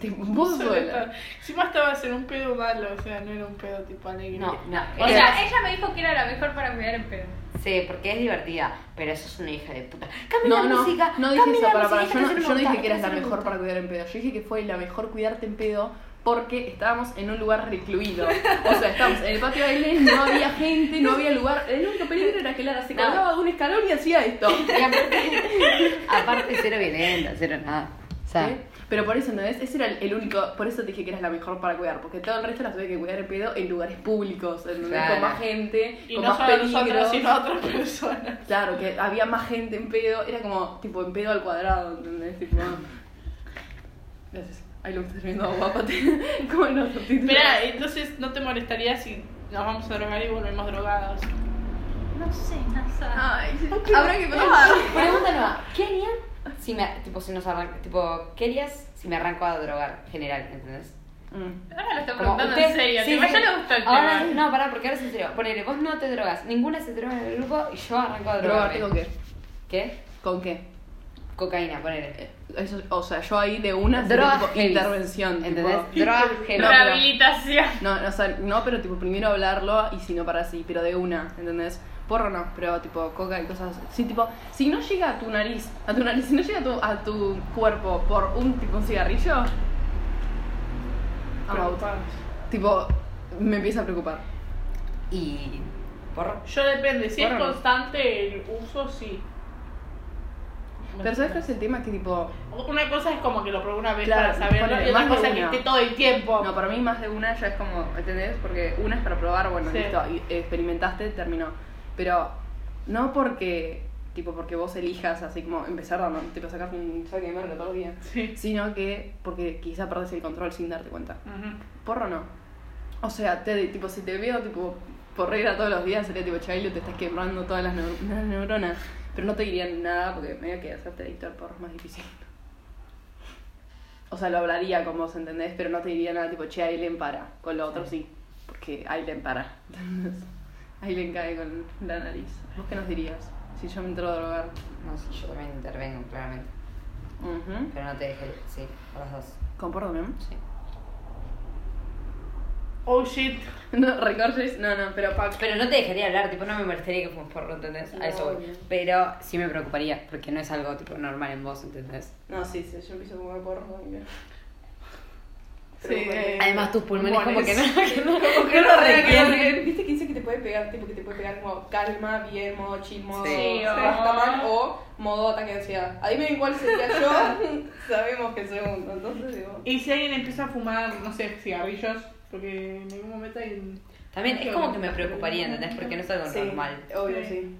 Speaker 2: Tipo, Vos sola.
Speaker 1: Encima estabas en un pedo malo, o sea, no era un pedo tipo alegre.
Speaker 4: No, no.
Speaker 3: O
Speaker 4: eh,
Speaker 3: sea, ella me dijo que era la mejor para cuidar el pedo.
Speaker 2: Eh.
Speaker 4: Sí, porque es divertida, pero eso es una hija de puta. Cambia
Speaker 2: No,
Speaker 4: la
Speaker 2: no,
Speaker 4: música.
Speaker 2: no dije
Speaker 4: cambia
Speaker 2: eso,
Speaker 4: la
Speaker 2: para,
Speaker 4: música,
Speaker 2: para,
Speaker 4: esta
Speaker 2: yo no,
Speaker 4: canción
Speaker 2: yo
Speaker 4: me
Speaker 2: no
Speaker 4: gusta,
Speaker 2: dije
Speaker 4: esta
Speaker 2: que eras la
Speaker 4: canción me
Speaker 2: mejor
Speaker 4: gusta.
Speaker 2: para cuidar en pedo, yo dije que fue la mejor cuidarte en pedo porque estábamos en un lugar recluido. O sea, estábamos en el patio de Ailén, no había gente, no había lugar. El único peligro era que Lara se
Speaker 4: No.
Speaker 2: colgaba de un escalón y hacía esto.
Speaker 4: Y aparte, aparte, cero violenta, cero nada. O sea,
Speaker 2: ¿Sí? Pero por eso, ¿entendés? Ese era el, el único, por eso te dije que eras la mejor para cuidar, porque todo el resto las tuve que cuidar en pedo en lugares públicos, ¿entendés?
Speaker 4: Claro.
Speaker 2: con más gente,
Speaker 1: Y
Speaker 2: con
Speaker 1: no
Speaker 2: más
Speaker 1: solo a nosotros,
Speaker 2: peligros.
Speaker 1: sino a otras personas.
Speaker 2: Claro, que había más gente en pedo, era como tipo en pedo al cuadrado, ¿entendés? Tipo. Gracias. Ay, lo que estás viendo aguapate. como en los subtítulos.
Speaker 1: Espera, entonces no te molestaría si nos vamos a drogar y volvemos drogados.
Speaker 3: No sé, no sé.
Speaker 2: Ay, habrá que probar.
Speaker 4: pregunta nueva. ¿Qué harían si me, tipo, si nos arran- tipo, ¿qué harías si me arranco a drogar general, entendés?
Speaker 2: Mm.
Speaker 3: Ahora lo estoy
Speaker 4: Como
Speaker 3: preguntando
Speaker 4: usted-
Speaker 3: en serio.
Speaker 4: sí,
Speaker 3: tipo,
Speaker 4: sí.
Speaker 3: ya le gustó el
Speaker 4: Ahora
Speaker 3: tema.
Speaker 4: sí, no, pará, porque ahora es en serio. Ponele, vos no te drogas, ninguna se droga en el grupo y yo arranco a drogar.
Speaker 2: ¿Drogarte con qué?
Speaker 4: ¿Qué?
Speaker 2: ¿Con qué?
Speaker 4: Cocaína, ponele.
Speaker 2: eh, Eso, o sea, yo ahí de una sería
Speaker 4: Drogas
Speaker 2: tipo
Speaker 4: heavy.
Speaker 2: intervención.
Speaker 4: ¿Entendés?
Speaker 2: tipo-
Speaker 4: Drogas heavy.
Speaker 2: No, pero-
Speaker 3: Rehabilitación.
Speaker 2: no, no, o sea, no, pero tipo primero hablarlo y si no para así, pero de una, ¿entendés? Porro no, pero tipo coca y cosas así. Sí, tipo, si no llega a tu nariz, a tu nariz, si no llega a tu, a tu cuerpo por un tipo un cigarrillo, I'm out.
Speaker 1: Preocupados.
Speaker 2: Tipo, me empieza a preocupar.
Speaker 4: Y. ¿Porro?
Speaker 1: Yo depende, si
Speaker 2: Bueno.
Speaker 1: es constante el uso, sí.
Speaker 2: Pero ¿sabes cuál es el tema? Que tipo,
Speaker 1: Una cosa es como que lo probé una vez
Speaker 2: Claro,
Speaker 1: para saberlo,
Speaker 2: ponele,
Speaker 1: y otra
Speaker 2: más de
Speaker 1: cosa es que
Speaker 2: una.
Speaker 1: esté todo el tiempo.
Speaker 2: no, para mí más de una ya es como, ¿entendés? Porque una es para probar, bueno,
Speaker 1: Sí.
Speaker 2: listo, y- experimentaste, terminó. Pero no porque, tipo, porque vos elijas así como empezar a, ¿no? tipo, a sacar un saque de merda todos los días.
Speaker 1: Sí.
Speaker 2: Sino que porque quizá perdés el control sin darte cuenta.
Speaker 1: Ujú.
Speaker 2: Porro no. O sea, te, tipo, si te veo tipo porrera todos los días, sería tipo, Chailo, te estás quebrando todas las, neu- las neuronas. Pero no te dirían nada porque medio que hacerte adicto al porro es más difícil. O sea, lo hablaría con vos, ¿entendés? Pero no te diría nada tipo, che, Ailen para. Con lo otro sí. Porque Ailen para. ¿entendés? Ailen cae con la nariz. ¿Vos qué nos dirías? Si yo me entro a drogar.
Speaker 4: No, sí, yo también intervengo, claramente.
Speaker 2: Ujú.
Speaker 4: Pero no te dejé, sí, a las dos.
Speaker 2: ¿Con porro también?
Speaker 4: Sí.
Speaker 1: Oh shit.
Speaker 2: No, recortes. No, no, pero pa.
Speaker 4: Pero no te dejaría hablar, tipo, no me molestaría que fuimos porro, ¿entendés? A eso voy. Pero sí me preocuparía, porque no es algo, tipo, normal en vos, ¿entendés?
Speaker 2: No, sí, sí, yo empiezo a comer porro. ¿no?
Speaker 1: Sí, eh,
Speaker 4: Además, tus pulmones como que no- que no...
Speaker 2: Como que no requieren. Viste que dice que te puede pegar, tipo que te puede pegar como calma, bien, modo chill, modo
Speaker 4: Sí.
Speaker 2: sí,
Speaker 3: Sí, o-
Speaker 2: mal o modo ataque de ansiedad. Ahí ven cuál sería yo, sabemos que segundo, entonces digo.
Speaker 1: Y si alguien empieza a fumar, no sé, cigarrillos, porque en algún momento hay un...
Speaker 4: También es como que me preocuparía, ¿entendés? Porque no es algo
Speaker 2: Sí,
Speaker 4: normal.
Speaker 2: Obvio,
Speaker 1: Sí.
Speaker 2: sí.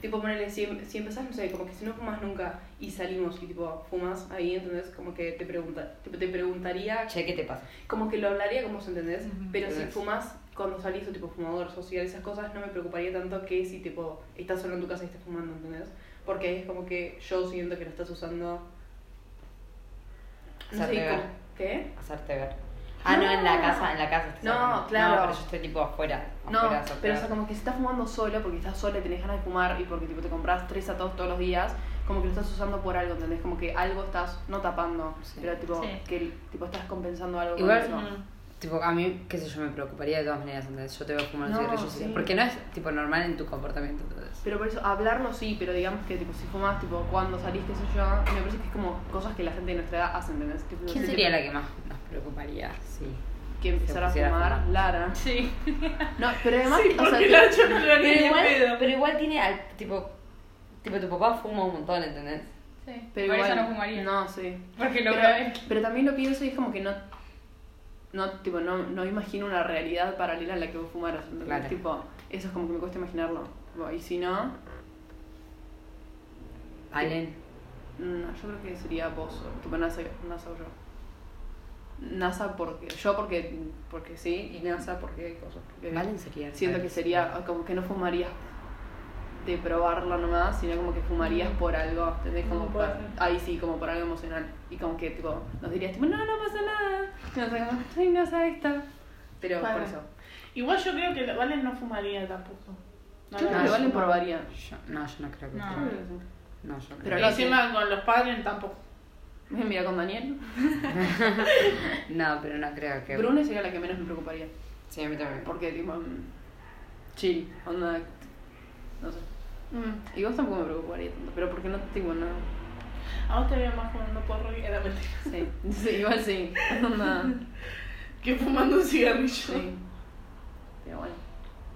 Speaker 2: Tipo, ponele, si, si empezás, no sé, como que si no fumas nunca y salimos y tipo fumas ahí, entonces como que te pregunta, tipo, te preguntaría
Speaker 4: Che, ¿qué te pasa?
Speaker 2: como que lo hablaría como se entendés,
Speaker 1: Ujú.
Speaker 2: pero si
Speaker 4: Claro.
Speaker 2: fumas cuando salís o tipo fumador social, esas cosas no me preocuparía tanto que si tipo estás solo en tu casa y estás fumando, ¿entendés? Porque ahí es como que yo siento que lo estás usando. No
Speaker 4: Hacerte
Speaker 2: sé,
Speaker 4: ver.
Speaker 2: como- ¿qué?
Speaker 4: Hacerte ver. Ah, no, en la casa, en la casa. estás
Speaker 2: No,
Speaker 4: hablando.
Speaker 2: claro.
Speaker 4: No, pero yo estoy, tipo, afuera.
Speaker 2: No,
Speaker 4: afuera, hacerte
Speaker 2: pero o
Speaker 4: ver.
Speaker 2: sea, como que si estás fumando solo porque estás sola y tenés ganas de fumar y porque tipo te compras tres a todos todos los días, como que lo estás usando por algo, ¿entendés? Como que algo estás no tapando,
Speaker 4: Sí.
Speaker 2: pero tipo
Speaker 3: Sí.
Speaker 2: que tipo estás compensando algo
Speaker 4: Igual,
Speaker 2: con eso.
Speaker 1: Mm.
Speaker 4: Tipo, a mí, qué sé yo, me preocuparía de todas maneras, ¿entendés? Yo te veo fumar un
Speaker 2: No,
Speaker 4: cigarrillo,
Speaker 2: sí.
Speaker 4: sí. porque no es, tipo, normal en tu comportamiento, entonces.
Speaker 2: Pero por eso, hablarlo sí, pero digamos que tipo, si fumas, tipo, cuando saliste, eso yo, me parece que es como cosas que la gente de nuestra edad hace, ¿entendés? Tipo,
Speaker 4: ¿Quién
Speaker 2: sí,
Speaker 4: sería
Speaker 2: tipo,
Speaker 4: la que más nos preocuparía? Sí.
Speaker 2: que empezara a
Speaker 4: pusiera a
Speaker 2: fumar?
Speaker 4: fumar?
Speaker 2: Lara.
Speaker 3: Sí.
Speaker 2: No, pero además,
Speaker 1: Sí,
Speaker 2: o sea,
Speaker 1: porque
Speaker 2: que-
Speaker 1: la yo no la ni
Speaker 4: Pero
Speaker 1: en
Speaker 4: igual,
Speaker 1: pedo.
Speaker 4: pero igual tiene, al- tipo, tipo, tu papá fuma un montón, ¿entendés?
Speaker 3: sí.
Speaker 2: pero
Speaker 3: Por eso
Speaker 2: igual-
Speaker 3: no fumaría.
Speaker 2: No, sí.
Speaker 3: Porque lo veo
Speaker 2: Pero, pero también lo pienso y es como que no. No, tipo, no, no imagino una realidad paralela a la que vos fumaras. ¿entendés?
Speaker 4: Claro.
Speaker 2: Tipo, eso es como que me cuesta imaginarlo. Tipo, Y si no,
Speaker 4: Allen.
Speaker 2: no, yo creo que sería vos. o- Tipo, NASA, NASA o yo. NASA porque. Yo porque, porque sí, y NASA porque cosas. porque-
Speaker 4: Allen sería.
Speaker 2: Siento que sería como que no fumarías de probarla nomás, sino como que fumarías por algo, ¿entendés? Como
Speaker 1: No puede
Speaker 2: por-
Speaker 1: ser.
Speaker 2: ahí sí, como por algo emocional. Y como que tipo, nos dirías tipo, no, no pasa nada. Y nosotros como, ay, no sé esta. Pero por
Speaker 1: Claro.
Speaker 2: eso.
Speaker 1: Igual yo creo que Valen no fumaría tampoco. No,
Speaker 2: Yo
Speaker 1: no,
Speaker 2: creo que
Speaker 1: no,
Speaker 2: valen
Speaker 1: no.
Speaker 2: probaría.
Speaker 4: Yo, no, yo no creo que.
Speaker 3: No.
Speaker 4: No, no yo
Speaker 2: Pero
Speaker 1: Y
Speaker 4: creo.
Speaker 2: no-
Speaker 1: encima con los padres tampoco.
Speaker 2: Mira con Daniel.
Speaker 4: No, pero no creo que.
Speaker 2: Bruna sería la que menos me preocuparía.
Speaker 4: Sí, a mí también.
Speaker 2: Porque tipo, mm, chill, onda. No sé.
Speaker 1: Mm.
Speaker 2: Y vos tampoco me preocuparía tanto, pero porque no, tipo, no.
Speaker 1: A vos te veo más fumando porro que era mentira.
Speaker 2: Sí, sí igual sí. Onda.
Speaker 1: Que fumando un cigarrillo.
Speaker 2: Sí. Pero bueno.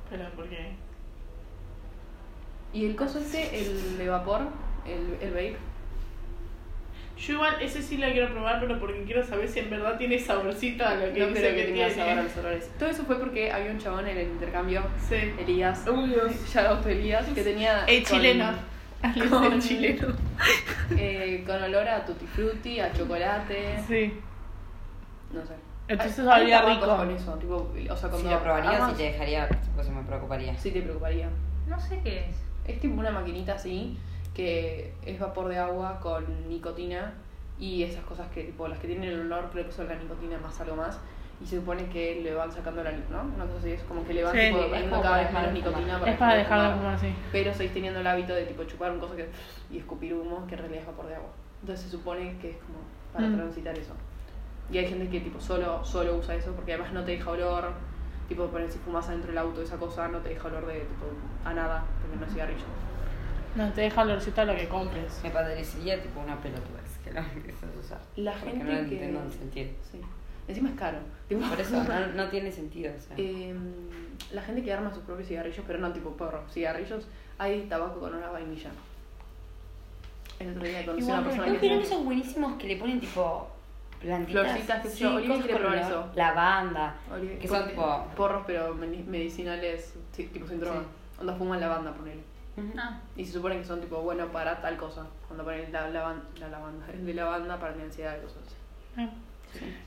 Speaker 1: Pero porque.
Speaker 2: ¿Y el coso este, el de vapor, el, el vape?
Speaker 1: Yo igual ese sí lo quiero probar, pero porque quiero saber si en verdad tiene saborcito a Ah, lo que
Speaker 2: no
Speaker 1: dice
Speaker 2: creo que, tenga
Speaker 1: tiene.
Speaker 2: sabor a los olores. Todo eso fue porque había un chabón en el intercambio,
Speaker 1: Sí.
Speaker 2: Elías,
Speaker 1: Uy, Dios.
Speaker 2: Shout de Elías, que tenía...
Speaker 1: Uh. El
Speaker 2: con-
Speaker 1: chileno.
Speaker 2: Con,
Speaker 1: El chileno.
Speaker 2: eh, con olor a tutti frutti, a chocolate,
Speaker 1: Sí.
Speaker 2: no sé.
Speaker 1: Entonces
Speaker 2: Hay-
Speaker 1: sabía
Speaker 2: hay tabacos
Speaker 1: rico.
Speaker 2: Con eso, tipo, o sea,
Speaker 4: Si
Speaker 2: cuando
Speaker 4: lo probaría o
Speaker 2: armas-
Speaker 4: si te dejaría, tipo, se me preocuparía.
Speaker 2: Sí te preocuparía.
Speaker 3: No sé qué es.
Speaker 2: Es tipo una maquinita así, que es vapor de agua con nicotina y esas cosas que, tipo, las que tienen el olor, creo que son la nicotina más algo más. Y se supone que le van sacando la ¿no? Una cosa así, es como que le van
Speaker 1: Sí,
Speaker 2: tipo,
Speaker 1: es
Speaker 2: poniendo
Speaker 4: como
Speaker 2: cada
Speaker 4: para
Speaker 2: vez menos
Speaker 4: dejar de fumar.
Speaker 2: nicotina para
Speaker 1: Es para
Speaker 2: dejar
Speaker 1: dejar de fumar, sí.
Speaker 2: Pero seguís teniendo el hábito de tipo chupar un cosa que, y escupir humo que en realidad es vapor de agua. Entonces se supone que es como para
Speaker 1: Mm.
Speaker 2: transitar eso. Y hay gente que tipo solo, solo usa eso porque además no te deja olor. Tipo, por ejemplo, si fumas adentro del auto, esa cosa no te deja olor de tipo a nada, porque no es cigarrillo.
Speaker 1: No, te deja olorcito a lo que compres.
Speaker 4: Me parecería, tipo, una pelotudez que lo empiezas a usar.
Speaker 2: La
Speaker 4: porque
Speaker 2: gente
Speaker 4: no lo
Speaker 2: que-
Speaker 4: entiendo el sentido.
Speaker 2: Sí. Encima es caro. Tipo,
Speaker 4: Por eso no, no tiene sentido, o sea.
Speaker 2: eh, la gente que arma sus propios cigarrillos, pero no tipo porro, cigarrillos, hay tabaco con olor a vainilla. El otro día conocí a una
Speaker 4: Igual,
Speaker 2: persona
Speaker 4: ¿no
Speaker 2: que
Speaker 4: vieron
Speaker 2: hacía-
Speaker 4: esos buenísimos que le ponen tipo plantitas?
Speaker 2: Florcitas, qué sé yo, Olivia
Speaker 4: cosas
Speaker 2: quiere
Speaker 4: con
Speaker 2: probar
Speaker 4: olor,
Speaker 2: eso.
Speaker 4: Lavanda.
Speaker 2: Olivia-
Speaker 4: que son
Speaker 2: con-
Speaker 4: tipo-
Speaker 2: porros pero meni- medicinales, sí, tipo sin droga. Onda fuman lavanda, ponele.
Speaker 3: Ah,
Speaker 2: Y se supone que son tipo bueno para tal cosa. Onda ponen la, lavan- la lavanda, el de lavanda para mi ansiedad y cosas así.
Speaker 1: Ah.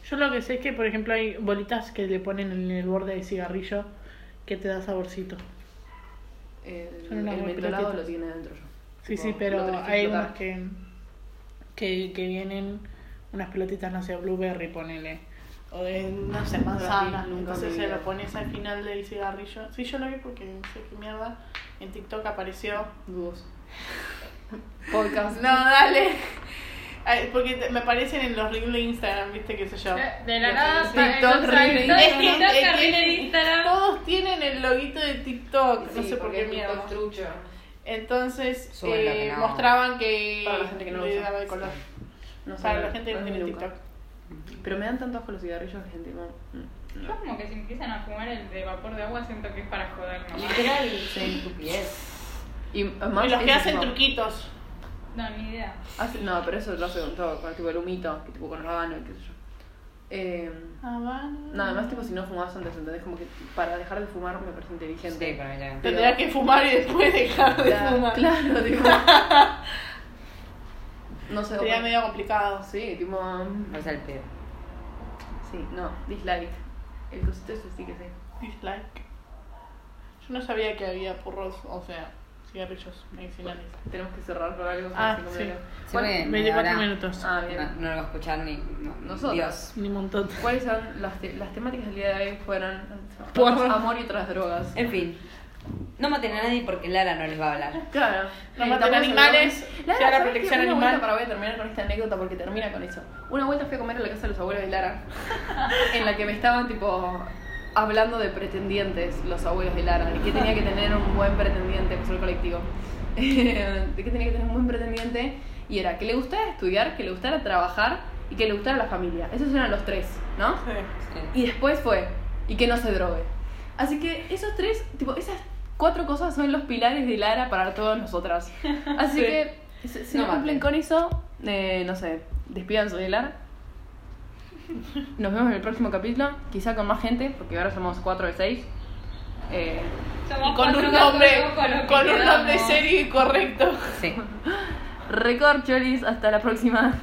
Speaker 1: Yo lo que sé es que, por ejemplo, hay bolitas que le ponen en el borde del cigarrillo que te da saborcito.
Speaker 2: El,
Speaker 1: Son unas
Speaker 2: el
Speaker 1: muy
Speaker 2: mentolado lo
Speaker 1: pelotitas.
Speaker 2: tiene adentro yo.
Speaker 1: Sí,
Speaker 2: Tipo,
Speaker 1: sí, pero
Speaker 2: Oh, lo tenés que
Speaker 1: hay
Speaker 2: explotar.
Speaker 1: unas que, que, que vienen unas pelotitas, no sé, blueberry, ponele. O de, Eh, no sé, manzana.
Speaker 2: Nunca vi, nunca
Speaker 1: Entonces
Speaker 2: vi.
Speaker 1: se lo pones al final del cigarrillo. Sí, yo lo vi porque no sé qué mierda. En TikTok apareció.
Speaker 2: Dudos. Podcast.
Speaker 1: No, dale. Ay, Porque te- me aparecen en los reels de Instagram, viste, qué sé yo.
Speaker 3: de la nada
Speaker 2: TikTok,
Speaker 3: sale- son-
Speaker 2: Reel de
Speaker 3: son-
Speaker 2: Instagram.
Speaker 1: Es
Speaker 3: son-
Speaker 1: que-
Speaker 3: son-
Speaker 1: es
Speaker 3: Reel de
Speaker 1: que
Speaker 3: Instagram.
Speaker 1: Todos tienen el loguito de TikTok, no
Speaker 2: Sí,
Speaker 1: sé por
Speaker 2: porque
Speaker 1: qué
Speaker 2: es
Speaker 1: mierda.
Speaker 2: TikTok trucho.
Speaker 1: Entonces
Speaker 4: Suben lo que
Speaker 1: eh,
Speaker 4: no-
Speaker 1: mostraban que
Speaker 2: Para la gente que no lo
Speaker 1: le
Speaker 2: usa.
Speaker 1: daba de color.
Speaker 2: No
Speaker 1: Para
Speaker 2: sé,
Speaker 1: la gente que
Speaker 2: no
Speaker 1: no
Speaker 2: es
Speaker 1: tiene
Speaker 2: mi lugar.
Speaker 1: TikTok.
Speaker 2: Pero me dan tanto asco los cigarrillos, gente. No. no.
Speaker 3: Yo como que si empiezan a fumar el de vapor de agua siento que es para joder nomás.
Speaker 4: Literal, estupidez.
Speaker 2: Y más
Speaker 1: y los que
Speaker 2: es
Speaker 1: hacen
Speaker 2: tipo-
Speaker 1: truquitos.
Speaker 3: No, ni idea.
Speaker 2: hace- no, pero eso lo hace con todo, con tipo el humito, que tipo con habano y qué sé yo. Eh, no, además tipo si no fumabas antes, ¿entendés? Como que para dejar de fumar me parece
Speaker 4: Sí,
Speaker 2: inteligente.
Speaker 4: para mí también.
Speaker 1: Tendrás que fumar y después dejar de
Speaker 2: Claro,
Speaker 1: fumar.
Speaker 2: claro, tipo. no sé,
Speaker 1: Sería
Speaker 2: o- ah,
Speaker 1: medio complicado.
Speaker 2: Sí, tipo. um,
Speaker 4: O sea, el pedo.
Speaker 2: Sí, no, dislike. El cosito ese sí que sé.
Speaker 1: Dislike. Yo no sabía que había porros, o sea, cigarrillos medicinales.
Speaker 2: Tenemos que cerrar por algo.
Speaker 1: Ah,
Speaker 2: así como
Speaker 1: sí.
Speaker 2: era.
Speaker 4: Se
Speaker 2: ¿Cuál-
Speaker 4: pueden,
Speaker 1: 24
Speaker 4: ahora-
Speaker 1: minutos.
Speaker 2: Ah,
Speaker 4: No,
Speaker 2: bien.
Speaker 4: no lo va a escuchar ni. no,
Speaker 2: Nosotras.
Speaker 4: Dios.
Speaker 1: Ni un montón.
Speaker 2: ¿Cuáles son las, te- las temáticas del día de hoy? Fueron
Speaker 1: Porro.
Speaker 2: amor y otras drogas.
Speaker 4: En fin. No maten a nadie porque Lara no les va a hablar.
Speaker 2: Claro.
Speaker 1: No
Speaker 2: Eh,
Speaker 1: maten
Speaker 2: tampoco
Speaker 1: animales,
Speaker 2: se lo-
Speaker 1: sea la
Speaker 2: Lara, ¿sabes
Speaker 1: protección
Speaker 2: qué? Una
Speaker 1: animal.
Speaker 2: vuelta, para voy a terminar con esta anécdota porque termina con eso. Una vuelta fui a comer a la casa de los abuelos de Lara, en la que me estaban tipo hablando de pretendientes los abuelos de Lara, de que tenía que tener un buen pretendiente, pues el colectivo. de que tenía que tener un buen pretendiente y era que le gustara estudiar, que le gustara trabajar y que le gustara la familia. Esos eran los tres, ¿no? Y después fue, y que no se drogue. Así que esos tres, tipo, esas cuatro cosas son los pilares de Lara para todas nosotras. Así
Speaker 1: Sí.
Speaker 2: que si si
Speaker 4: No
Speaker 2: no, cumplen
Speaker 4: maten.
Speaker 2: con eso, eh, no sé, despídanse de Lara. Nos vemos en el próximo capítulo, quizá con más gente, porque ahora somos cuatro de seis. Eh,
Speaker 1: Y con un nombre, con un nombre serio y correcto.
Speaker 4: Sí.
Speaker 2: recorcholis, hasta la próxima.